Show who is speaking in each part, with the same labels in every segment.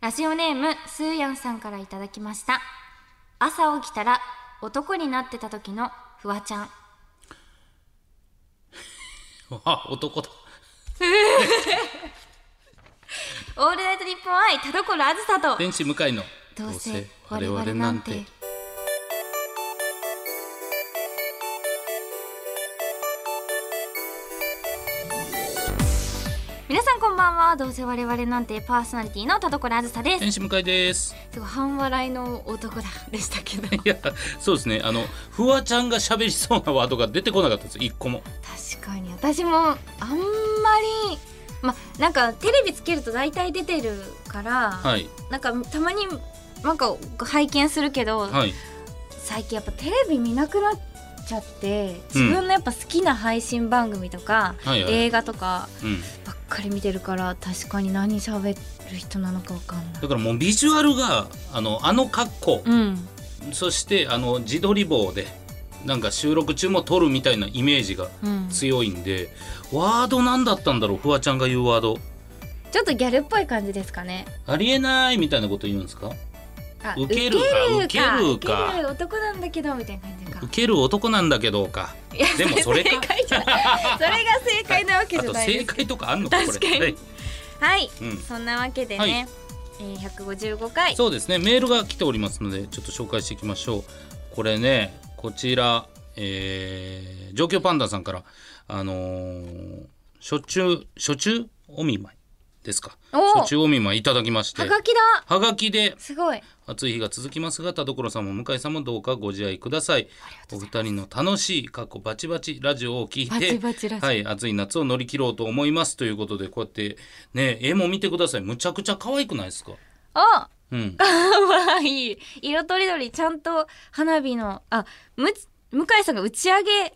Speaker 1: ラジオネームスーヤンさんからいただきました朝起きたら男になってた時のフワちゃん
Speaker 2: あ 男だ
Speaker 1: オールナイトニッポン愛田所あずさと
Speaker 2: 天使向かいの
Speaker 1: どうせ我々なんて皆さんこんばんはどうせ我々なんてパーソナリティの田所あずさです
Speaker 2: 天使向かいです
Speaker 1: すごい半笑いの男だでしたけど確
Speaker 2: いやそうですねあのフワちゃんが喋りそうなワードが出てこなかったです一個も
Speaker 1: かに私もあんまりまなんかテレビつけると大体出てるから、
Speaker 2: はい
Speaker 1: なんかたまになんか拝見するけど、
Speaker 2: はい
Speaker 1: 最近やっぱテレビ見なくなっちゃって自分のやっぱ好きな配信番組とか、
Speaker 2: はいはい、
Speaker 1: 映画とか
Speaker 2: うん、
Speaker 1: ばっかり見てるから確かに何喋る人なのかわかんない
Speaker 2: だ。からもうビジュアルがあのあの格好、
Speaker 1: うん、
Speaker 2: そしてあの自撮り棒でなんか収録中も撮るみたいなイメージが
Speaker 1: うん、ち
Speaker 2: 強いんで、ワード何だったんだろうフワちゃんが言うワード
Speaker 1: ょっとギャルっぽい感じですかね。
Speaker 2: ありえないみたいなこと言うんですか
Speaker 1: あ
Speaker 2: ウケるか
Speaker 1: ウケるか
Speaker 2: ウケるか
Speaker 1: ウケる男なんだけどみたいな感じか
Speaker 2: ウ。ケる男なんだけどか
Speaker 1: いや
Speaker 2: でもそれか
Speaker 1: 正解じゃない。それが正解なわけ
Speaker 2: あ
Speaker 1: じゃ
Speaker 2: と
Speaker 1: ないで
Speaker 2: 正
Speaker 1: す。
Speaker 2: 解とかあんのかこれ
Speaker 1: 確かに
Speaker 2: はい
Speaker 1: はい、
Speaker 2: うん
Speaker 1: そんなわけでね、
Speaker 2: はい
Speaker 1: えー、155回。
Speaker 2: そうですねメールが来ておりますのでちょっと紹介していきましょうこれねこちら、えー、上京パンダさんからあのー、初中初中お見舞いですか
Speaker 1: おー
Speaker 2: 初中お見舞いいただきまして
Speaker 1: はがきだ。
Speaker 2: はがきです
Speaker 1: ごい。
Speaker 2: 暑い日が続きますが田所さんも向井さんもどうかご自愛くださいお二人の楽しい過去バチバチラジオを聞いて
Speaker 1: バチバチラジオ
Speaker 2: はい、暑い夏を乗り切ろうと思いますということでこうやってね絵も見てくださいむちゃくちゃ可愛くないですか
Speaker 1: お。
Speaker 2: うん
Speaker 1: 可愛い色とりどりちゃんと花火のあむつ向井さんが打ち上げ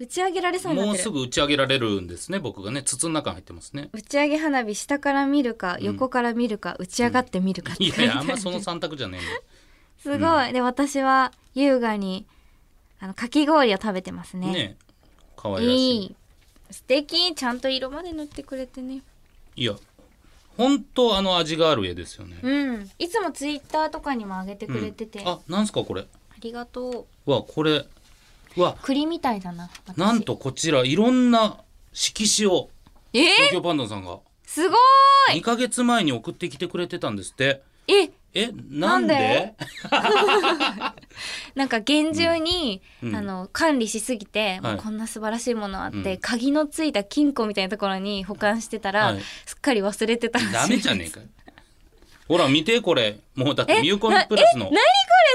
Speaker 1: 打ち上げられそうにな
Speaker 2: も
Speaker 1: っ
Speaker 2: う
Speaker 1: て
Speaker 2: す
Speaker 1: る
Speaker 2: ぐ打ち上げられるんですね僕がね筒の中に入ってます ね
Speaker 1: 打ち上げ花火下から見るか横から見るか、打ち上がって見るかって
Speaker 2: い
Speaker 1: 書い
Speaker 2: や
Speaker 1: てあ
Speaker 2: いや
Speaker 1: る
Speaker 2: あんまその三択じゃねえんだよ
Speaker 1: すごいで私は優雅にあのかき氷を食べてますね
Speaker 2: ね可愛らしい
Speaker 1: いい素敵ちゃんと色まで塗ってくれてね
Speaker 2: いや本当あの味がある絵ですよね、
Speaker 1: うんいつもツイッターとかにも上げて
Speaker 2: う
Speaker 1: く
Speaker 2: ん
Speaker 1: れてて、あ
Speaker 2: あなんすかこれ
Speaker 1: りがとう
Speaker 2: うわこれうわ
Speaker 1: 栗みたいだな私
Speaker 2: なんとこちらいろんな色紙を
Speaker 1: えー、
Speaker 2: 東京パンダさんが
Speaker 1: すごーい
Speaker 2: 2ヶ月前に送ってきてくれてたんですって
Speaker 1: え
Speaker 2: えなんで
Speaker 1: なんなんか厳重に、
Speaker 2: うん
Speaker 1: あの管理しすぎて、
Speaker 2: は
Speaker 1: も
Speaker 2: い
Speaker 1: うこんな素晴らしいものあって、
Speaker 2: うん
Speaker 1: 鍵のついた金庫みたいなところに保管してたら、
Speaker 2: はい
Speaker 1: すっかり忘れてたらしい
Speaker 2: ダメじゃねえ
Speaker 1: え
Speaker 2: かよほら見てこれもうだってミュコミプラスの
Speaker 1: え何
Speaker 2: こ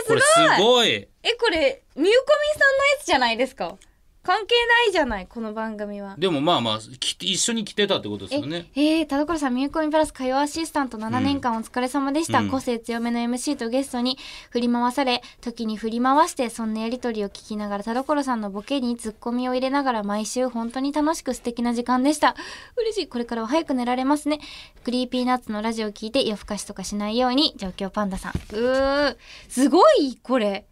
Speaker 1: こ
Speaker 2: れ
Speaker 1: れ
Speaker 2: す
Speaker 1: すごい
Speaker 2: ごい
Speaker 1: えこれミューコミさんのやつじゃないですか関係ないじゃないこの番組は
Speaker 2: でもまあまあき一緒に来てたってことです
Speaker 1: え
Speaker 2: よね。
Speaker 1: えー、田所さん、ミューコミプラス火曜アシスタント7年間お疲れ様でした。
Speaker 2: うん
Speaker 1: 個性強めの MC とゲストに振り回され、時に振り回して、そんなやりとりを聞きながら、田所さんのボケにツッコミを入れながら、毎週本当に楽しく素敵な時間でした。嬉しい。これからは早く寝られますね。クリーピーナッツのラジオを聞いて、夜更かしとかしないように、状況パンダさん。うー、すごい、これ。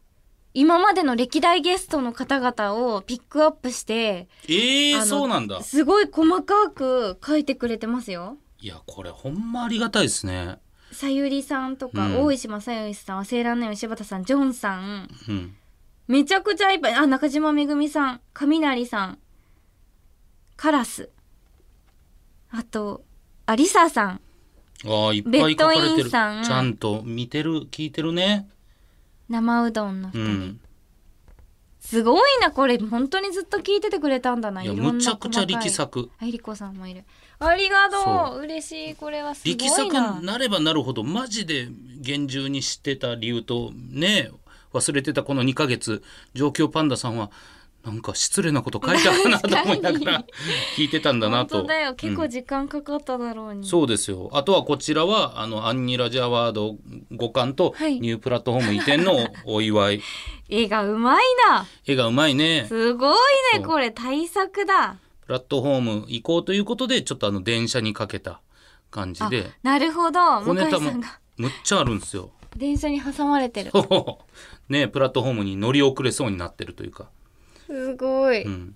Speaker 1: 今までの歴代ゲストの方々をピックアップして、
Speaker 2: ええ
Speaker 1: あの
Speaker 2: そうなんだ。
Speaker 1: すごい細かく書いてくれてますよ。
Speaker 2: いやこれほんまありがたいですね。
Speaker 1: さゆりさんとか、
Speaker 2: うん
Speaker 1: 大石正義さんはセーラーネーム柴田さんジョンさん
Speaker 2: うん。
Speaker 1: めちゃくちゃいっぱいあ中島めぐみさん雷さんカラスあとありささん
Speaker 2: ああいっぱい書か
Speaker 1: ベ
Speaker 2: れ
Speaker 1: ッド
Speaker 2: て
Speaker 1: イン
Speaker 2: る。ち
Speaker 1: さん
Speaker 2: ゃんと見てる聞いてるね。
Speaker 1: 生うどんの
Speaker 2: う
Speaker 1: 人、
Speaker 2: ん。
Speaker 1: すごいなこれ本当にずっと聞いててくれたんだない
Speaker 2: いや
Speaker 1: ろんな
Speaker 2: むちゃくちゃ力
Speaker 1: 細かい
Speaker 2: 作。
Speaker 1: あいりこさんもいるありがと
Speaker 2: そう
Speaker 1: 嬉しいこれはすご
Speaker 2: 力
Speaker 1: い
Speaker 2: 作
Speaker 1: な
Speaker 2: になればなるほどマジで厳重にしてた理由とね忘れてたこの2ヶ月上京パンダさんはなんか失礼なこと書いたかなと思いながら 聞いてたんだな
Speaker 1: 本
Speaker 2: と。
Speaker 1: 当だよ結
Speaker 2: う
Speaker 1: 構
Speaker 2: ん
Speaker 1: 時間かかっただろうに、
Speaker 2: そうですよ。あとはこちらは、あの、アンニラジアワード5冠と、
Speaker 1: はい
Speaker 2: ニュープラットフォーム移転の おお祝い。
Speaker 1: 絵がうまいな
Speaker 2: 絵がうまいね。
Speaker 1: すごい
Speaker 2: そ
Speaker 1: ね
Speaker 2: う
Speaker 1: これ対策だ
Speaker 2: プラットフォーム移行ということで、ちょっとあの、電車にかけた感じで、
Speaker 1: なるほど向
Speaker 2: 小ネ
Speaker 1: 井さ
Speaker 2: タも
Speaker 1: んが
Speaker 2: むっちゃあるんですよ。
Speaker 1: 電車に挟まれてる
Speaker 2: ねプラットフォームに乗り遅れそうになってるというか。
Speaker 1: すごい、
Speaker 2: うん。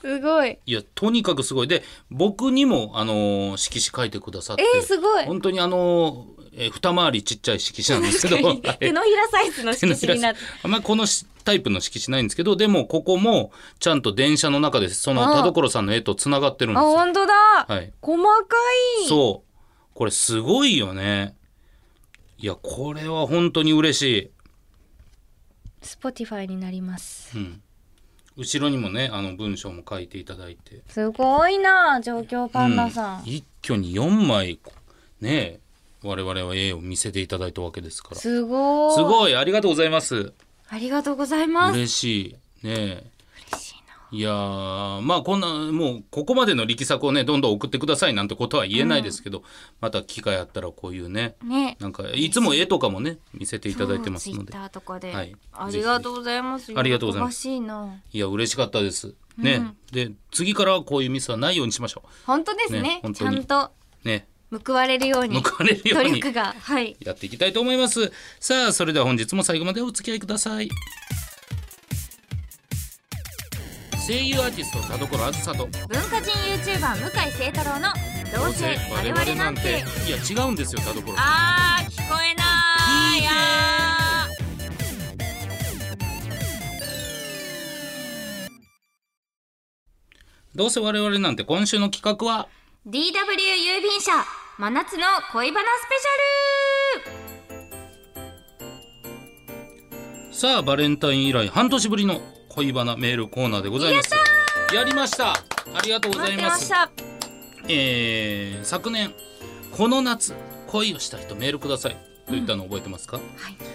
Speaker 1: すごい
Speaker 2: いやとにかくすごいで僕にもあのー色紙書いてくださって、
Speaker 1: えー、すごい
Speaker 2: 本当にあのーえー二回りちっちゃい色紙なんですけど
Speaker 1: 確かに 手のひらサイズの色紙になって
Speaker 2: あんまりこのしタイプの色紙ないんですけどでもここもちゃんと電車の中でその
Speaker 1: ああ
Speaker 2: 田所さんの絵とつながってるん
Speaker 1: あ
Speaker 2: ですよ。
Speaker 1: 本当だ、
Speaker 2: はい、
Speaker 1: 細かい
Speaker 2: そうこれすごいよね。いやこれは本当に嬉し
Speaker 1: Spotify になります
Speaker 2: い、うん、後ろにもねあの文章も書いていただいて
Speaker 1: すごいな状況パンダさん、
Speaker 2: うん一挙に4枚ね我々は絵を見せていただいたわけですからす
Speaker 1: すごい
Speaker 2: ごいありがとうございます
Speaker 1: ありがとうございます
Speaker 2: 嬉しいね
Speaker 1: 嬉しいない
Speaker 2: やーまあこんなもうここまでの力作をねどんどん送ってくださいなんてことは言えないですけど、また機会あったらこういうね
Speaker 1: ね
Speaker 2: なんかいつも絵とかもね見せていただいてます
Speaker 1: ツイ
Speaker 2: の
Speaker 1: ッ
Speaker 2: で
Speaker 1: ターとかで、
Speaker 2: はい
Speaker 1: ありがとうございます
Speaker 2: ありがとうございます
Speaker 1: 喜ばしいない
Speaker 2: や嬉しかったですね、
Speaker 1: うん
Speaker 2: で次からはこういうミスはないようにしましょ
Speaker 1: 本当ですね
Speaker 2: ね本
Speaker 1: ち
Speaker 2: 当
Speaker 1: ゃ
Speaker 2: に
Speaker 1: んと
Speaker 2: うね
Speaker 1: 報われるように
Speaker 2: 報われるように
Speaker 1: 努力がはい
Speaker 2: やっていきたいと思いますさあそれでは本日も最後までお付き合いください声優アーティスト田所あずさと
Speaker 1: 文化人 YouTuber 向井聖太郎の「どうせ我々なんて
Speaker 2: いや違うんですよ田所」
Speaker 1: あー聞こえない
Speaker 2: いいね
Speaker 1: あー
Speaker 2: どうせ我々なんて今週の企画は
Speaker 1: DW 郵便車真夏の恋バナスペシャル
Speaker 2: さあバレンタイン以来半年ぶりの恋バナメールコーナーでございますやりましたありがとうござ
Speaker 1: 待っ
Speaker 2: い
Speaker 1: て
Speaker 2: ま
Speaker 1: ますした
Speaker 2: えー昨年この夏恋をした人メールくださいといったの覚えてますか、
Speaker 1: はい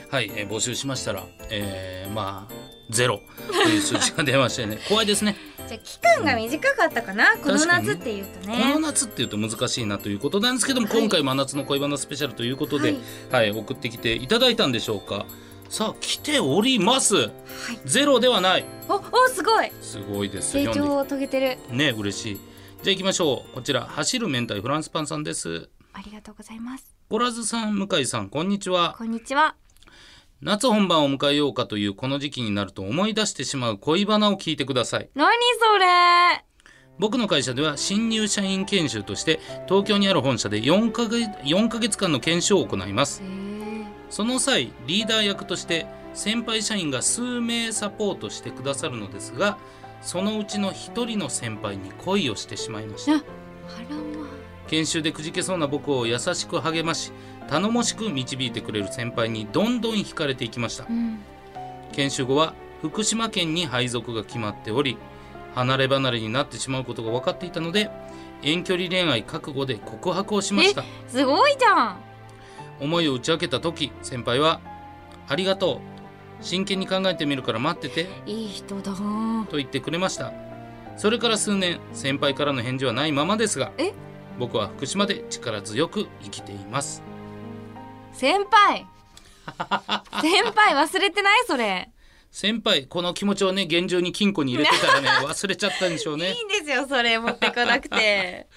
Speaker 2: はい、えー募集しましたら、えーまあゼロと いう数字が出ましてね怖いですね
Speaker 1: じゃあ期間が短かったかな、この
Speaker 2: 確かに
Speaker 1: 夏っていうとね
Speaker 2: この夏っていうと難しいなということなんですけども、
Speaker 1: はい
Speaker 2: 今回真夏の恋バナスペシャルということで、はい送ってきていただいたんでしょうかさあ来ております、ゼロではない
Speaker 1: おおすごい
Speaker 2: すごいです
Speaker 1: 成
Speaker 2: よ
Speaker 1: 長
Speaker 2: 読ん
Speaker 1: を遂げてる
Speaker 2: でね嬉しいじゃあ行きましょうこちら走る明太フランスパンさんです
Speaker 1: ありがとうございます
Speaker 2: ゴラズさん向井さんこんにちは
Speaker 1: こんにちは
Speaker 2: 夏本番を迎えようかというこの時期になると思い出してしまう恋バナを聞いてください
Speaker 1: 何それ
Speaker 2: 僕の会社では新入社員研修として東京にある本社で4ヶ月 ,4 ヶ月間の研修を行いますその際リーダー役として先輩社員が数名サポートしてくださるのですがそのうちの1人の先輩に恋をしてしまいました
Speaker 1: あらま
Speaker 2: 研修でくじけそうな僕を優しく励まし頼もしく導いてくれる先輩にどんどん惹かれていきました
Speaker 1: うん
Speaker 2: 研修後は福島県に配属が決まっており離れ離れになってしまうことが分かっていたので遠距離恋愛覚悟で告白をしました
Speaker 1: すごいじゃん
Speaker 2: 思いを打ち明けた時先輩は「ありがとう真剣に考えてみるから待ってて
Speaker 1: いい人だ」
Speaker 2: と言ってくれましたそれから数年先輩からの返事はないままですが
Speaker 1: え
Speaker 2: 僕は福島で力強く生きています
Speaker 1: 先輩先輩忘れてないそれ
Speaker 2: 先輩この気持ちをね厳重に金庫に入れてた らね忘れちゃったんでしょう
Speaker 1: いい
Speaker 2: ね
Speaker 1: んですよそれ持ってこなくて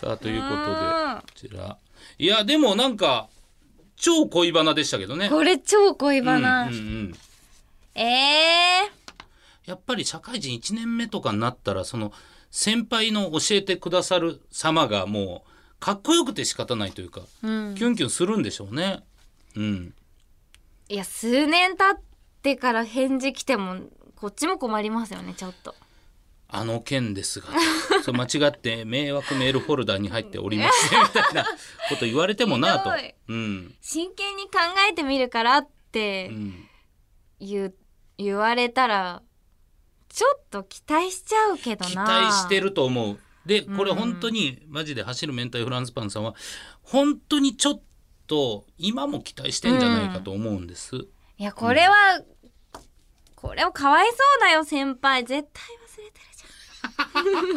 Speaker 2: さあ ということで
Speaker 1: う
Speaker 2: こちらいやでもなんか超恋バナでしたけどね
Speaker 1: んこれ超恋バナ、
Speaker 2: うんうんうん
Speaker 1: え
Speaker 2: やっぱり社会人1年目とかになったらその先輩の教えてくださる様がもうかっこよくて仕方ないというか、
Speaker 1: ー、うん
Speaker 2: キュンキュンするんでしょうねうん
Speaker 1: いや数年経ってから返事来てもこっちも困りますよねちょっと
Speaker 2: あの件ですが そう間違って迷惑メールフォルダに入っておりましてみたいなこと言われてもなと
Speaker 1: ひどい
Speaker 2: うん
Speaker 1: 真剣に考えてみるからっ
Speaker 2: う
Speaker 1: て
Speaker 2: ん
Speaker 1: 言,、う言われたらちょっと期待しちゃうけどな
Speaker 2: 期待して
Speaker 1: る
Speaker 2: ると思うでこれ
Speaker 1: うん
Speaker 2: 本当にマジで走る明太フランスパンさんは本当にちょっと今も期待してんじゃないかと思うんです、
Speaker 1: いやこれは、これはかわいそうだよ先輩絶対忘れてるじ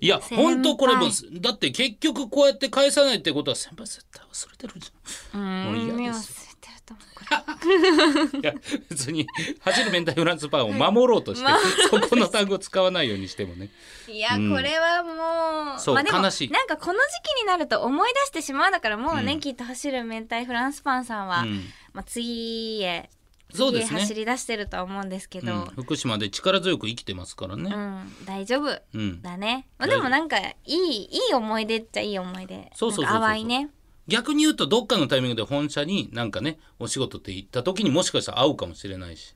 Speaker 2: いや
Speaker 1: 先輩
Speaker 2: 本当これもうだって結局こうやって返さないってことは先輩絶対忘れてるじ
Speaker 1: ゃん
Speaker 2: もう
Speaker 1: う
Speaker 2: 嫌です
Speaker 1: ん忘れてると思うこ
Speaker 2: ゃんいや別に走る明太フランスパンを守ろう として、そこの単語使わないようにして もね
Speaker 1: れいや、
Speaker 2: うん
Speaker 1: これはもう
Speaker 2: そう
Speaker 1: まあでも
Speaker 2: 悲しい
Speaker 1: なんかこの時期になると思い出してしまうだからもうね、
Speaker 2: うん
Speaker 1: きっと走る明太フランスパンさんは、
Speaker 2: うん
Speaker 1: まあ、次へ
Speaker 2: そう
Speaker 1: い
Speaker 2: で
Speaker 1: い
Speaker 2: すね
Speaker 1: 走り出してるとは思うんですけ
Speaker 2: う
Speaker 1: ど、
Speaker 2: ん、福島で力強く生きてますから
Speaker 1: う
Speaker 2: ね。
Speaker 1: ん、大丈夫
Speaker 2: うん、
Speaker 1: だね、まあ、
Speaker 2: 大丈
Speaker 1: で
Speaker 2: 夫
Speaker 1: もなんかいいいい思い出っちゃいい思い出
Speaker 2: そうそうそうそ
Speaker 1: な
Speaker 2: う
Speaker 1: んか淡いね
Speaker 2: 逆に言うとどっかのタイミングで本社になんかねお仕事って行った時にもしかしたら会うかもしれないし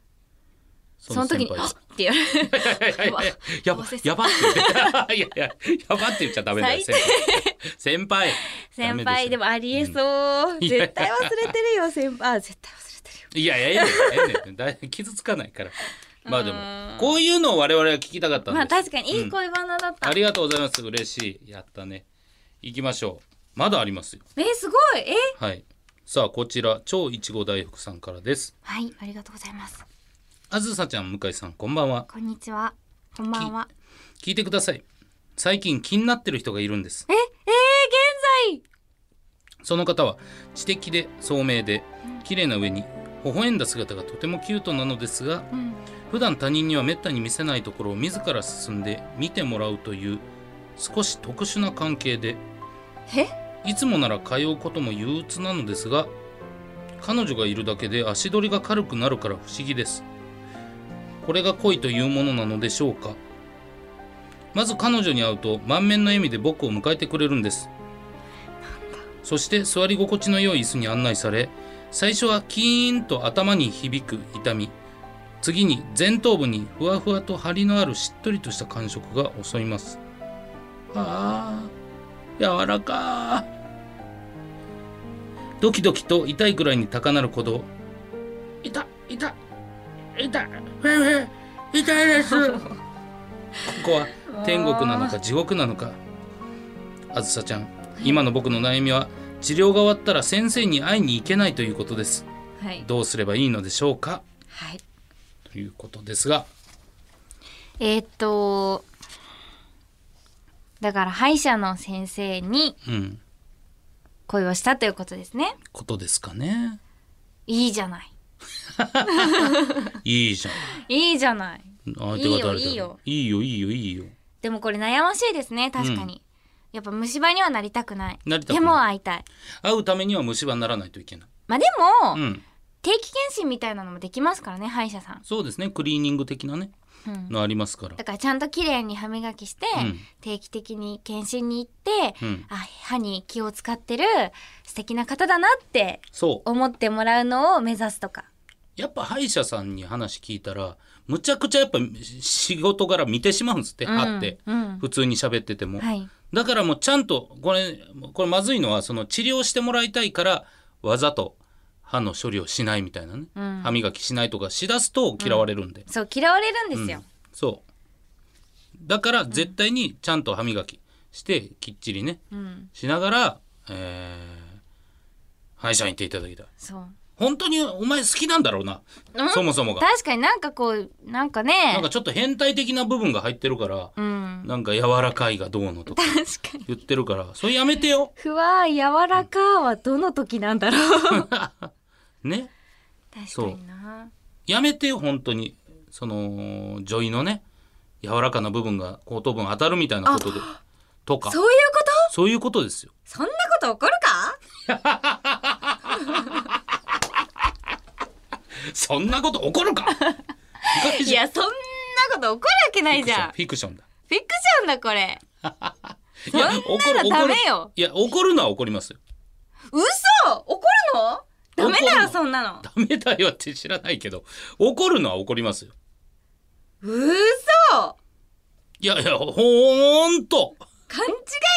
Speaker 1: その時に「あっ!」って 言われる
Speaker 2: はいはいはい やば
Speaker 1: 忘れてた
Speaker 2: やばって言って いやいややばって言っちゃダメだよ先輩先輩 ダ
Speaker 1: 先
Speaker 2: メ
Speaker 1: 輩
Speaker 2: す
Speaker 1: で
Speaker 2: よ
Speaker 1: もありえそう、
Speaker 2: んいや
Speaker 1: 絶対忘れてるよ先輩あ絶対忘れてるよ
Speaker 2: いやいやいやいやいやいやだい傷つかないからまあで
Speaker 1: う
Speaker 2: もこういうのを我々は聞きたかったんで
Speaker 1: ま
Speaker 2: す、
Speaker 1: あ確かにいい恋バナだった、
Speaker 2: ありがとうございます嬉しいやったね行きましょうまだありますよ
Speaker 1: えすごいえ
Speaker 2: はいさあこちら超いちご大福さんからです
Speaker 1: はいありがとうございます
Speaker 2: あずさちゃん向井さんこんばんは
Speaker 1: こんにちはこんばんは
Speaker 2: 聞いてください最近気になってる人がいるんです
Speaker 1: ええー、現
Speaker 2: その方は知的で聡明で綺麗な上に微笑んだ姿がとてもキュートなのですが
Speaker 1: 在うん
Speaker 2: 普段他人にはめったに見せないところを自ら進んで見てもらうという少し特殊な関係で
Speaker 1: え
Speaker 2: いつもなら通うことも憂鬱なのですが彼女がいるだけで足取りが軽くなるから不思議ですこれが恋というものなのでしょうかまず彼女に会うと満面の笑みで僕を迎えてくれるんですそして座り心地の良い椅子に案内され最初はキーンと頭に響く痛み次に前頭部にふわふわと張りのあるしっとりとした感触が襲いますああ柔らかドキドキと痛いくらいに高鳴る鼓動痛い痛い痛いふえふえ痛いです ここは天国なのか地獄なのかあずさちゃん今の僕の悩みは治療が終わったら先生に会いに行けないということです
Speaker 1: はい
Speaker 2: どうすればいいのでしょうか
Speaker 1: はい
Speaker 2: ということですが
Speaker 1: えーっとだから歯医者の先生に
Speaker 2: うん
Speaker 1: 恋をしたということですね
Speaker 2: ことですかね
Speaker 1: いいじゃない
Speaker 2: いいじゃん
Speaker 1: いいじゃない
Speaker 2: 相手が誰だろう
Speaker 1: いいよ
Speaker 2: いいよいいよいいよ
Speaker 1: でもこれ悩ましいですね確かに、やっぱ虫歯にはなりたくない
Speaker 2: なりたくない
Speaker 1: でも会いたい
Speaker 2: 会うためには虫歯にならないといけない
Speaker 1: まあでも、
Speaker 2: うん
Speaker 1: 定期検診みたいなのもできますからね歯医者さん、
Speaker 2: そうですねクリーニング的なね
Speaker 1: うん、
Speaker 2: のありますから
Speaker 1: だからちゃんと綺麗に歯磨きして、
Speaker 2: うん
Speaker 1: 定期的に検診に行って、
Speaker 2: うん
Speaker 1: あ歯に気を使ってる素敵な方だなって
Speaker 2: そう
Speaker 1: 思ってもらうのを目指すとか
Speaker 2: やっぱ歯医者さんに話聞いたらむちゃくちゃやっぱし仕事柄見てしまうんですって歯って、
Speaker 1: うんうん
Speaker 2: 普通に喋ってても、
Speaker 1: はい
Speaker 2: だからもうちゃんとこれこれまずいのはその治療してもらいたいからわざと歯の処理をしないみたいなね、
Speaker 1: うん
Speaker 2: 歯磨きしないとかしだすと嫌われるんで、
Speaker 1: そう嫌われるんですよ、
Speaker 2: そうだから絶対にちゃんと歯磨きしてきっちりね
Speaker 1: うん
Speaker 2: しながら、えー歯医者に行っていただきたい
Speaker 1: そう
Speaker 2: 本当にお前好きなんだろうな、
Speaker 1: うん
Speaker 2: そもそもが
Speaker 1: 確かになんかこうなんかね
Speaker 2: なんかちょっと変態的な部分が入ってるから、
Speaker 1: うん
Speaker 2: なんか柔らかいがどうのとか
Speaker 1: 確かに
Speaker 2: 言ってるからそれやめてよ
Speaker 1: ふわー柔らかーはどの時なんだろう確
Speaker 2: ね
Speaker 1: かにな
Speaker 2: やめてよ本当にその女医のね柔らかな部分が後頭部に当たるみたいなことでとか
Speaker 1: そういうこと
Speaker 2: そういうことですよ
Speaker 1: そんなこと起こるか
Speaker 2: そんなこと起 こるか
Speaker 1: いやそんなこと起こるわけないじゃん
Speaker 2: フィクションだ
Speaker 1: フィクションだこれ
Speaker 2: いや
Speaker 1: そんなの
Speaker 2: 怒る怒る
Speaker 1: ダメよ
Speaker 2: いや怒るのは怒りますよ
Speaker 1: 嘘怒るのダメ
Speaker 2: 怒
Speaker 1: だ
Speaker 2: る
Speaker 1: ろ
Speaker 2: の
Speaker 1: そんなの
Speaker 2: ダメだよって知らないけど怒るのは怒りますよ
Speaker 1: 嘘
Speaker 2: いやいやほんと
Speaker 1: 勘違い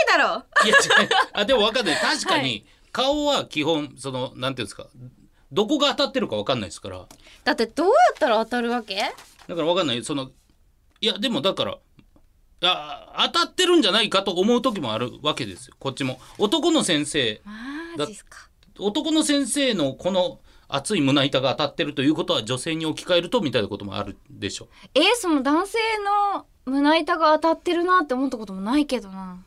Speaker 1: だろ
Speaker 2: いや違うあでも分かんない確かに顔は基本そのなんていうんですかどこが当たってるか分かんないですから
Speaker 1: だってどうやったら当たるわけ
Speaker 2: だから分かんないそのいやでもだからいや当たってるんじゃないかと思う時もあるわけですよこっちも男の先生
Speaker 1: マジっすか
Speaker 2: 男の先生のこの熱い胸板が当たってるということは女性に置き換えるとみたいなこともあるでしょ
Speaker 1: えーその男性の胸板が当たってるなって思ったこともないけどな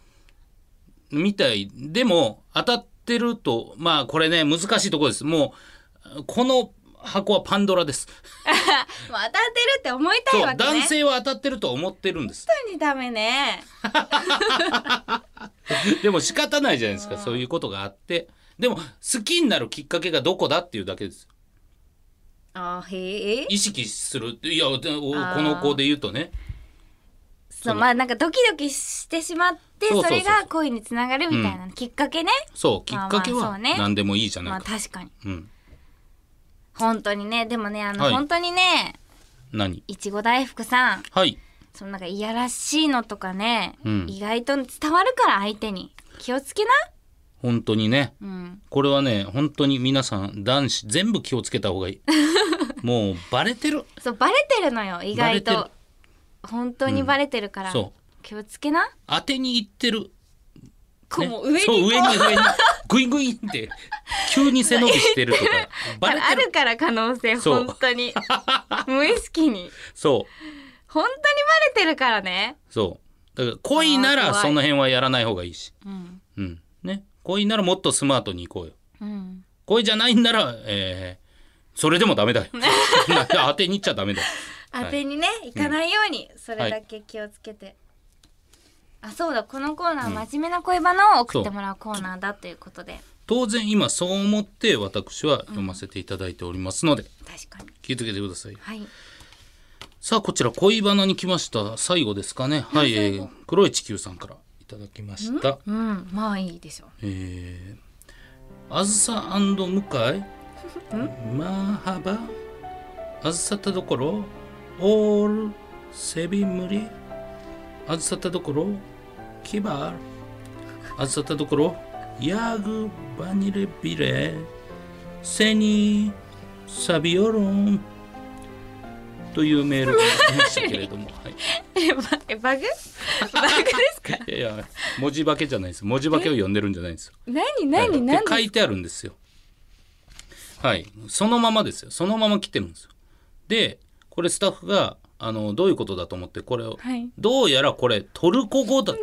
Speaker 2: みたいでも当たってるとまあこれね難しいところですもうこの箱はパンドラです
Speaker 1: もう当たってるって思いたい
Speaker 2: そ
Speaker 1: わ
Speaker 2: う
Speaker 1: けね
Speaker 2: 男性は当たってると思ってるんです
Speaker 1: 本当にダメね
Speaker 2: でも仕方ないじゃないですかそういうことがあってでも好きになるきっかけがどこだっていうだけです
Speaker 1: あーへえ
Speaker 2: 意識するいやでおこ
Speaker 1: あー
Speaker 2: の子で言うとね
Speaker 1: そうまあなんかドキドキしてしまって
Speaker 2: そうそう
Speaker 1: そ
Speaker 2: そうそう
Speaker 1: れが恋につながるみたいなきっかけね
Speaker 2: そうきっかけ
Speaker 1: まあま
Speaker 2: は
Speaker 1: あそうね
Speaker 2: 何でもいいじゃ
Speaker 1: ま
Speaker 2: な
Speaker 1: あ
Speaker 2: いか、
Speaker 1: 確かに
Speaker 2: うん、
Speaker 1: 本当にねでもねあの
Speaker 2: はい
Speaker 1: 本当にね
Speaker 2: 何
Speaker 1: いちご大福さん
Speaker 2: はい
Speaker 1: そのなんかいやらしいのとかね、
Speaker 2: うん
Speaker 1: 意外と伝わるから相手に気をつけな
Speaker 2: 本当にね
Speaker 1: うん
Speaker 2: これはね本当に皆さん男子全部気をつけた方が いいもうバレてる
Speaker 1: そうバレてるのよ意外
Speaker 2: バレ
Speaker 1: と
Speaker 2: て
Speaker 1: 本当にバレてるから、
Speaker 2: そ
Speaker 1: 気をつけな
Speaker 2: 当てにいってる
Speaker 1: こうもう上に
Speaker 2: そう
Speaker 1: こう
Speaker 2: 上に上にグイグイって急に背伸びして るとかバレ
Speaker 1: あ
Speaker 2: てる
Speaker 1: るから可能性
Speaker 2: そう
Speaker 1: 本当に 無意識に
Speaker 2: そう
Speaker 1: 本当にバレてるからね、
Speaker 2: そうだから恋な
Speaker 1: あー
Speaker 2: ら
Speaker 1: 怖い
Speaker 2: その辺はやらない方がいいし
Speaker 1: うん
Speaker 2: うんね恋ならもっとスマートに行こうよ
Speaker 1: うん、
Speaker 2: 恋じゃないんなら、えーそれでもダメだ よなんで当てに行っちゃダメだよ
Speaker 1: 当てにね、い、かないようにそれだけ気をつけて、あそうだこのコーナーは真面目な恋バナを送ってもらうコーナーだということで
Speaker 2: 当然今そう思って私は読ませていただいておりますので、
Speaker 1: 確かに
Speaker 2: 気をつけてください
Speaker 1: はい
Speaker 2: さあこちら恋バナに来ました最後ですかねはい、えー、黒い地球さんからいただきました
Speaker 1: うんまあいいでしょう
Speaker 2: えー、あずさ向井 マーハバあずさたどころオールセビムリあずさたどころキバーあずさたどころヤグバニレビレセニサビオロンというメールが来ましたけれども、 はい、
Speaker 1: えバえバグバグですか
Speaker 2: いやいや文字化けじゃないです文字化けを読んでるんじゃないんですよ
Speaker 1: 何
Speaker 2: はい
Speaker 1: 何
Speaker 2: で
Speaker 1: 何
Speaker 2: 書いてあるんですよはいそのままですよそのまま来てるんですよでこれスタッフがあのどういうことだと思ってこれを、
Speaker 1: はい
Speaker 2: どうやらこれトルコ語だ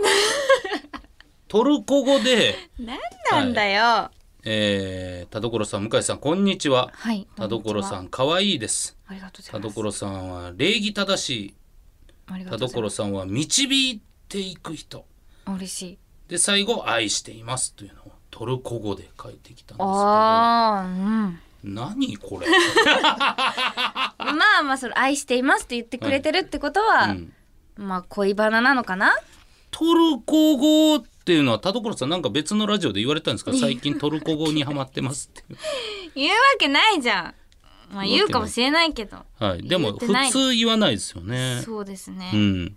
Speaker 2: トルコ語で、
Speaker 1: 何なんだよは
Speaker 2: えー、田所さん向井さんこんにちはい田所さ
Speaker 1: んにちは
Speaker 2: んかわいいです
Speaker 1: ありがとうござ
Speaker 2: 田
Speaker 1: いま
Speaker 2: 所さんは礼儀正しい
Speaker 1: すありが
Speaker 2: 田
Speaker 1: とうございま
Speaker 2: 所
Speaker 1: す
Speaker 2: さんは導いていく人
Speaker 1: 嬉しい
Speaker 2: で最後「愛しています」というのをトルコ語で書いてきたんですけど
Speaker 1: ああうん
Speaker 2: 何これ
Speaker 1: まあまあそれ愛していますって言ってくれてるってことは、
Speaker 2: うん
Speaker 1: まあ恋バナなのかな
Speaker 2: トルコ語っていうのは田所さんなんか別のラジオで言われたんですか最近トルコ語にハマってますって
Speaker 1: 言うわけないじゃんまあ言うかもしれないけど
Speaker 2: はいでも
Speaker 1: 言ってない
Speaker 2: 普通言わないですよね
Speaker 1: そうです
Speaker 2: う
Speaker 1: ね、
Speaker 2: ん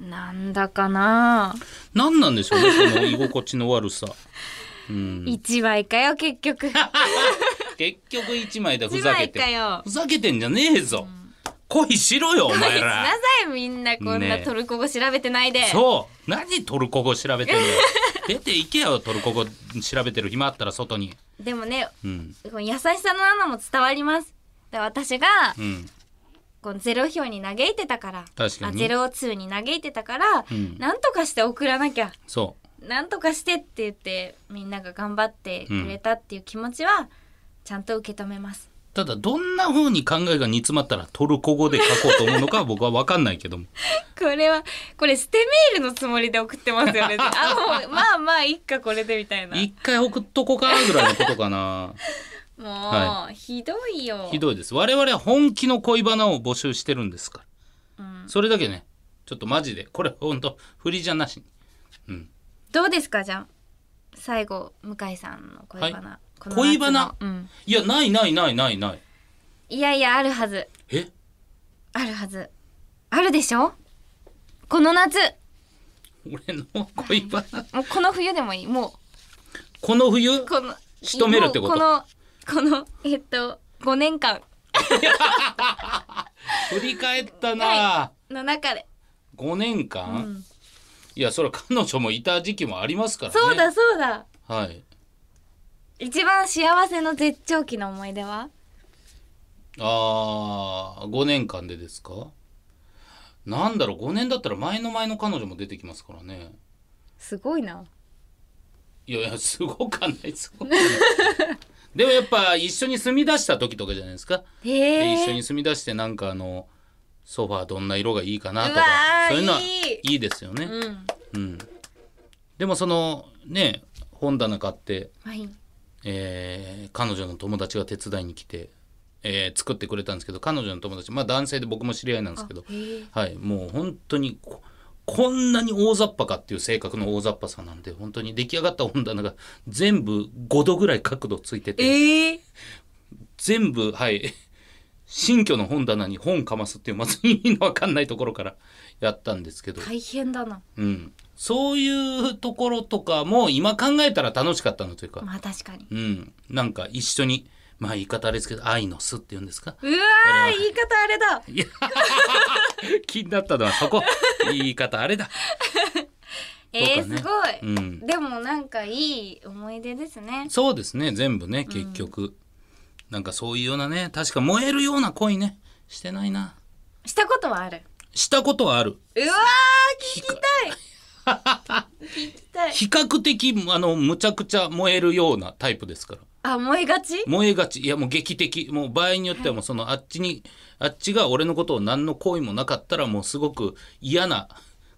Speaker 1: なんだかな、
Speaker 2: 何なんでしょうねこの居心地 の悪さうん
Speaker 1: 一枚かよ結局
Speaker 2: 結局一枚だふ
Speaker 1: 一
Speaker 2: ざけ
Speaker 1: 枚か
Speaker 2: て
Speaker 1: よ
Speaker 2: ふざけてんじゃねえぞ恋しろよお前
Speaker 1: なさ
Speaker 2: ら
Speaker 1: いみんなこんな
Speaker 2: ねえ
Speaker 1: トルコ語調べてないで、
Speaker 2: そう何トルコ語調べてんだよ 出ていけよトルコ語調べてる暇あったら外に
Speaker 1: でもね
Speaker 2: うん
Speaker 1: この優しさの穴も伝わりますで私が
Speaker 2: うん
Speaker 1: このゼロ票に嘆いてたから
Speaker 2: 確かに
Speaker 1: あゼロツーに嘆いてたから、
Speaker 2: うん
Speaker 1: なんとかして送らなきゃ
Speaker 2: そ
Speaker 1: なんとかしてって言ってみんなが頑張ってくれたっていう気持ちはちゃんと受け止めます、
Speaker 2: うただどんな風に考えが煮詰まったらトルコ語で書こうと思うのかは僕は分かんない けども
Speaker 1: これはこれ捨てメールのつもりで送ってます よねあもうまあまあいっかこれでみたいな
Speaker 2: 一回送っとこかぐらいのこと かな
Speaker 1: もう、
Speaker 2: は
Speaker 1: ひどいよ
Speaker 2: ひどいです我々は本気の恋バナを募集してるんですから
Speaker 1: うん、
Speaker 2: それだけねちょっとマジでこれほんと振りじゃなしに
Speaker 1: どうですかじゃあ最後向井さんの恋バナ、この夏の
Speaker 2: 恋バナ
Speaker 1: うん、
Speaker 2: いやないないないないない
Speaker 1: いやいやあるはず
Speaker 2: え
Speaker 1: あるはずあるでしょこの夏
Speaker 2: 俺の恋バナ
Speaker 1: もうこの冬でもいいも
Speaker 2: この冬
Speaker 1: うこの
Speaker 2: 仕留めるってこ
Speaker 1: も
Speaker 2: と
Speaker 1: うこのこのえっと5年間
Speaker 2: 振り返ったな
Speaker 1: はの中で、
Speaker 2: 5年
Speaker 1: う
Speaker 2: 間
Speaker 1: ん、
Speaker 2: いやそれは彼女もいた時期もありますからね
Speaker 1: そうだそうだ
Speaker 2: はい
Speaker 1: 一番幸せの絶頂期の思い出は
Speaker 2: ああ5年間でですかなんだろう5年だったら前の前の彼女も出てきますからね
Speaker 1: すごいない
Speaker 2: やいやすごかないすごかないでもやっぱ一緒に住み出した時とかじゃないですか、
Speaker 1: え
Speaker 2: で
Speaker 1: ー、
Speaker 2: 一緒に住み出してなんかあのソファーどんな色がいいかなと
Speaker 1: うわ
Speaker 2: か
Speaker 1: ー
Speaker 2: そういうのはい
Speaker 1: い
Speaker 2: いいですよね、
Speaker 1: うん
Speaker 2: うんでもそのね本棚買って、
Speaker 1: はい
Speaker 2: えー彼女の友達が手伝いに来てえー作ってくれたんですけど彼女の友達まあ男性で僕も知り合いなんですけど
Speaker 1: あへー
Speaker 2: はいもう本当にここんなに大雑把かっていう性格の大雑把さなんで本当に出来上がった本棚が全部5度ぐらい角度ついてて
Speaker 1: ええ
Speaker 2: 全部はい新居の本棚に本かますっていうまず意味のわかんないところからやったんですけど、
Speaker 1: 大変だな
Speaker 2: うん、そういうところとかも今考えたら楽しかったのというか、
Speaker 1: まあ確かに
Speaker 2: うん、なんか一緒にまあ言い方あれですけど「愛の巣」って言うんですか
Speaker 1: うわー言い方あれだ
Speaker 2: いや 気になったのはそこ言い方あれだ、
Speaker 1: え
Speaker 2: とかね
Speaker 1: ー、すごい、
Speaker 2: うん、
Speaker 1: でもなんかいい思い出ですね
Speaker 2: そうですね全部ね結局、なんかそういうようなね確か燃えるような恋ねしてないな
Speaker 1: したことはある
Speaker 2: したことはある
Speaker 1: うわー聞きたい聞きたい
Speaker 2: 比較的あのむちゃくちゃ燃えるようなタイプですから
Speaker 1: あ燃えがち
Speaker 2: 燃えがちいやもう劇的もう場合によってはもうそのあっちにあっちが俺のことを何の好意もなかったらもうすごく嫌な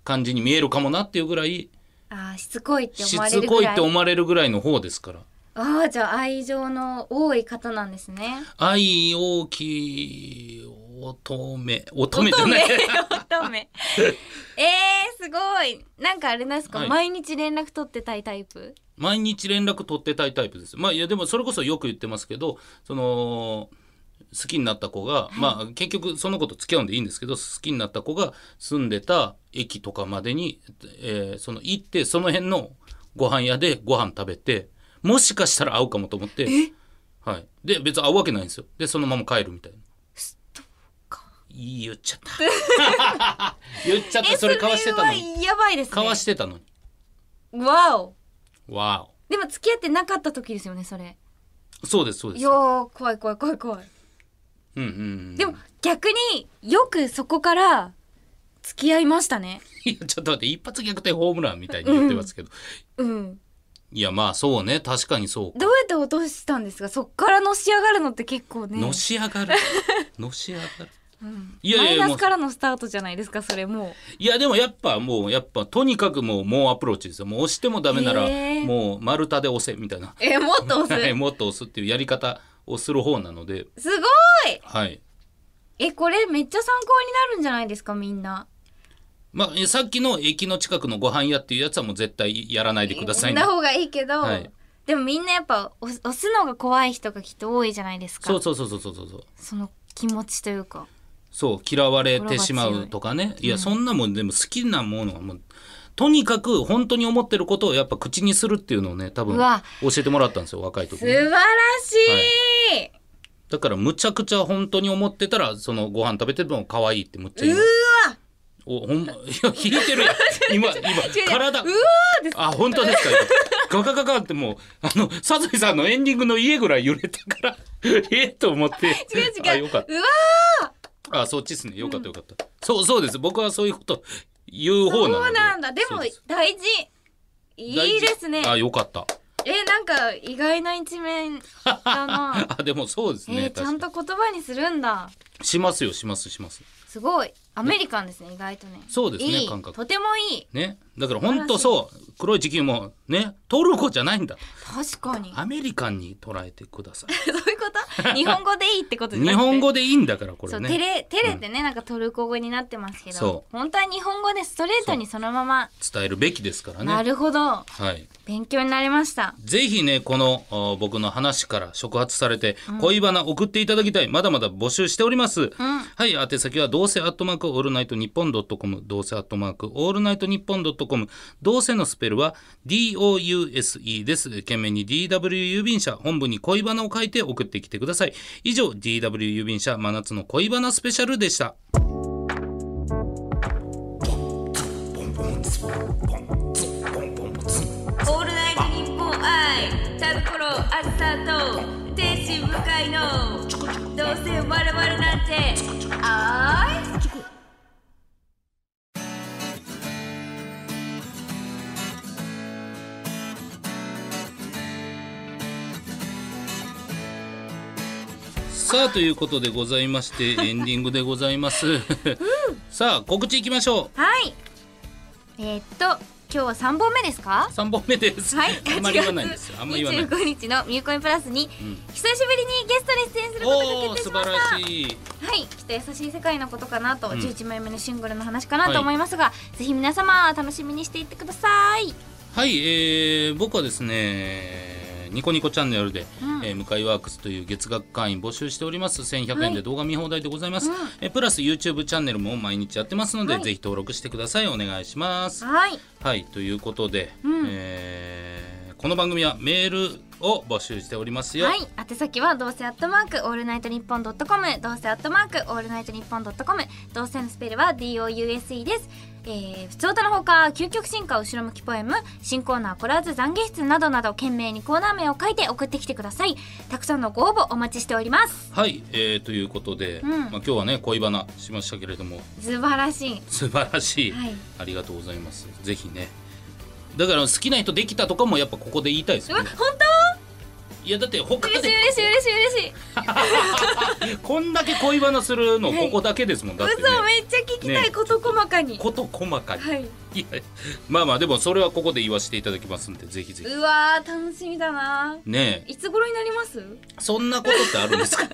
Speaker 2: 感じに見えるかもなっていうぐらい
Speaker 1: あーしつこいって
Speaker 2: し
Speaker 1: 思われ
Speaker 2: つ
Speaker 1: る
Speaker 2: こ
Speaker 1: ぐ
Speaker 2: い
Speaker 1: らい
Speaker 2: って思われるぐらいの方ですから
Speaker 1: ああじゃあ愛情の多い方なんですね
Speaker 2: 愛大きい乙女乙女じゃない
Speaker 1: 乙女えー、すごいなんかあれなんですか、
Speaker 2: はい
Speaker 1: 毎日連絡取ってたいタイプ
Speaker 2: 毎日連絡取ってたいタイプですまあいやでもそれこそよく言ってますけどその好きになった子が、まあ結局その子と付き合うんでいいんですけど好きになった子が住んでた駅とかまでに、えーその行ってその辺のご飯屋でご飯食べてもしかしたら会うかもと思ってはいで別に会うわけないんですよでそのまま帰るみたいな言っちゃった 言っちゃったそれかわしてたのに
Speaker 1: えそれはやばいですね
Speaker 2: かわしてたのに
Speaker 1: わお
Speaker 2: わ
Speaker 1: でも付き合ってなかった時ですよねそれ
Speaker 2: おそうですそうで
Speaker 1: い
Speaker 2: す
Speaker 1: やー怖い怖い怖い怖い
Speaker 2: うんうんうん
Speaker 1: でも逆によくそこから付き合いましたね
Speaker 2: いやちょっと待って一発逆転ホームランみたいに言ってますけど、
Speaker 1: うん
Speaker 2: いやまあそうね確かにそうか
Speaker 1: どうやって落としたんですかそっからのし上がるのって結構ね
Speaker 2: のし上 がるのし上がる
Speaker 1: うん
Speaker 2: いやいやいや
Speaker 1: マイ
Speaker 2: も
Speaker 1: ナ
Speaker 2: う
Speaker 1: スからのスタートじゃないですかそれも
Speaker 2: いやでもやっぱもうやっぱとにかくもうもうアプローチですよもう押してもダメなら
Speaker 1: へー
Speaker 2: もう丸太で押せみたいな
Speaker 1: うえもっと押
Speaker 2: はい
Speaker 1: す
Speaker 2: もっと押すっていうやり方をする方なのです
Speaker 1: ごい
Speaker 2: はい
Speaker 1: えこれめっちゃ参考になるんじゃないですかみんな
Speaker 2: まあえさっきの駅の近くのご飯屋っていうやつはもう絶対やらないでください
Speaker 1: ん
Speaker 2: ね
Speaker 1: な方がいいけど、
Speaker 2: はい
Speaker 1: でもみんなやっぱ押す押すのが怖い人がきっと多いじゃないですか
Speaker 2: そうそうそうそうそうそう
Speaker 1: その気持ちというか
Speaker 2: そう嫌われてしまうとかねいやそんなもんでも好きなものはもうとにかく本当に思ってることをやっぱ口にするっていうのをね多分
Speaker 1: う
Speaker 2: 教
Speaker 1: わ
Speaker 2: えてもらったんですよ若い時
Speaker 1: 素
Speaker 2: に
Speaker 1: 晴らしい、
Speaker 2: だからむちゃくちゃ本当に思ってたらそのご飯食べてても可愛いってむっちゃ言う
Speaker 1: うわ
Speaker 2: おほんまいや引いてるやん 今今体
Speaker 1: うわーです
Speaker 2: あ本当ですか今ガガガガってもうあのサザエさんのエンディングの家ぐらい揺れたから えっと思って
Speaker 1: 違う
Speaker 2: あ
Speaker 1: 違う
Speaker 2: よかった
Speaker 1: うわ
Speaker 2: あそっちですねよかったよかった、そうそうです僕はそういうこと言う方なので
Speaker 1: そうなんだでも
Speaker 2: そうす
Speaker 1: 大事いいですね
Speaker 2: あよかった
Speaker 1: えなんか意外な一面だ な
Speaker 2: あでもそうです
Speaker 1: え
Speaker 2: ね、
Speaker 1: ー、ちゃん
Speaker 2: 確か
Speaker 1: と言葉にするんだ
Speaker 2: にしますよしますします
Speaker 1: すごいアメリカンですね意外とね
Speaker 2: そうですね
Speaker 1: いい
Speaker 2: 感覚
Speaker 1: とてもいい
Speaker 2: ねだから本当そう黒い地球もねトルコじゃないんだ
Speaker 1: 確かに
Speaker 2: アメリカンに捉えてくださ い
Speaker 1: そういうこと日本語でいいってことじゃな
Speaker 2: 日
Speaker 1: くて
Speaker 2: 本語でいいんだからこ
Speaker 1: そ
Speaker 2: れ
Speaker 1: うテ
Speaker 2: ね
Speaker 1: レテレってね、なんかトルコ語になってますけど
Speaker 2: そ
Speaker 1: 本当は日本語でストレートにそのまま、
Speaker 2: 伝えるべきですから
Speaker 1: な
Speaker 2: ね
Speaker 1: るほど
Speaker 2: はい
Speaker 1: 勉強になりました
Speaker 2: ぜひねこのお僕の話から触発されて恋バナ送っていただきたい、まだまだ募集しております、はい宛先はどうせアットマークオールナイトニッポンドットコムどうせアットマークオールナイトニッポンドットコムどうせのスペルは DOUSE です懸命に DW 郵便車本部に恋バナを書いて送ってきてください以上 DW 郵便車真夏の恋バナスペシャルでした
Speaker 3: オールナイトニッポン愛チャルコロアスターと天使向かいのどうせ我々なんてあーい
Speaker 2: さあということでございましてエンディングでご ざいますさあ告知いきましょう
Speaker 1: はいえーっと今日は三本目ですか
Speaker 2: 三本目です。
Speaker 1: はい、
Speaker 2: あんまり言わないんですよ。あんまり言わない。
Speaker 1: 25日のミューコインプラスに、
Speaker 2: ん
Speaker 1: 久しぶりにゲストに出演することが
Speaker 2: おおー、
Speaker 1: 決定し
Speaker 2: 素
Speaker 1: まし
Speaker 2: 晴
Speaker 1: た
Speaker 2: らしい。
Speaker 1: はい、きっと優しい世界のことかなと、
Speaker 2: ん
Speaker 1: 11枚目のシングルの話かなと思いますが、ぜひ皆様楽しみにしていってください
Speaker 2: はい、えー僕はですね、ニコニコチャンネルで、
Speaker 1: うん
Speaker 2: えー向井ワークスという月額会員募集しております。1100
Speaker 1: は
Speaker 2: 円
Speaker 1: い
Speaker 2: で動画見放題でございます。
Speaker 1: うん
Speaker 2: えープラス YouTube チャンネルも毎日やってますので、
Speaker 1: はい
Speaker 2: ぜひ登録してください。お願いします。
Speaker 1: はい
Speaker 2: はい、ということで、
Speaker 1: うん
Speaker 2: えーこの番組はメールを募集しておりますよ。
Speaker 1: はい宛先はどうせアットマークオールナイトニッポンドットコムどうせアットマークオールナイトニッポンドットコムどうせのスペルは DOUSE ですえー、普通歌のほか究極進化後ろ向きポエム新コーナーコラーズ懺悔室などなど懸命にコーナー名を書いて送ってきてくださいたくさんのご応募お待ちしております
Speaker 2: はい、えーということで、
Speaker 1: うん
Speaker 2: まあ、今日はね恋バナしましたけれども
Speaker 1: 素晴らしい
Speaker 2: 素晴らしい、
Speaker 1: はい
Speaker 2: ありがとうございますぜひねだから好きな人できたとかもやっぱここで言いたいです
Speaker 1: うわ
Speaker 2: よ
Speaker 1: 本
Speaker 2: ねいやだって
Speaker 1: 当
Speaker 2: 他
Speaker 1: 嬉しい
Speaker 2: で
Speaker 1: 嬉しい嬉しい嬉しい
Speaker 2: こんだけ恋バナするのここだけですもんだってね
Speaker 1: 嘘めっちゃ聞きたい
Speaker 2: ね
Speaker 1: こと細かに、
Speaker 2: こと細かに、、
Speaker 1: はいい
Speaker 2: やまあまあでもそれはここで言わせていただきますんでぜひぜ
Speaker 1: うわー楽しみだな
Speaker 2: ひねえ
Speaker 1: いつ頃になります
Speaker 2: そんなことってあるんですか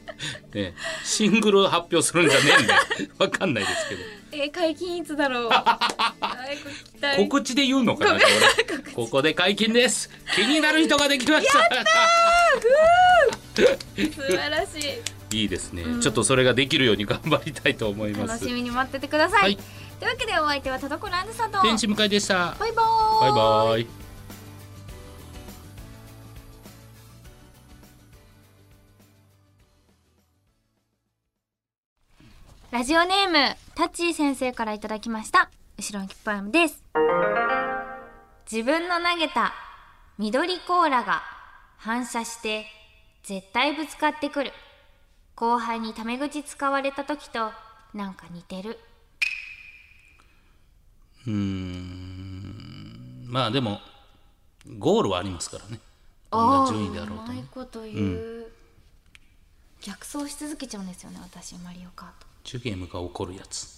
Speaker 2: ねえシングル発表するんじゃねえんだよわかんないですけど
Speaker 1: えー、解禁いつだ ろう早く聞きたい
Speaker 2: 告知で言うのか なこれここで解禁です気になる人ができました
Speaker 1: 素晴らしい
Speaker 2: いいですね、
Speaker 1: うん
Speaker 2: ちょっとそれができるように頑張りたいと思いま
Speaker 1: 楽
Speaker 2: す
Speaker 1: しみに待っててください、
Speaker 2: はい
Speaker 1: というわけでお相手は田所あずさと
Speaker 2: 天使向井でした
Speaker 1: バイバー
Speaker 2: バイバイ
Speaker 1: ラジオネームタッチー先生からいただきました後ろ向きポエムです自分の投げた緑コーラが反射して絶対ぶつかってくる後輩にタメ口使われた時となんか似てる
Speaker 2: うーんまあでもゴールはありますからねどんな順位であろう
Speaker 1: う
Speaker 2: と
Speaker 1: ま
Speaker 2: ね
Speaker 1: いこと言う、逆走し続けちゃうんですよね私マリオカート
Speaker 2: 中ゲームが起こるやつ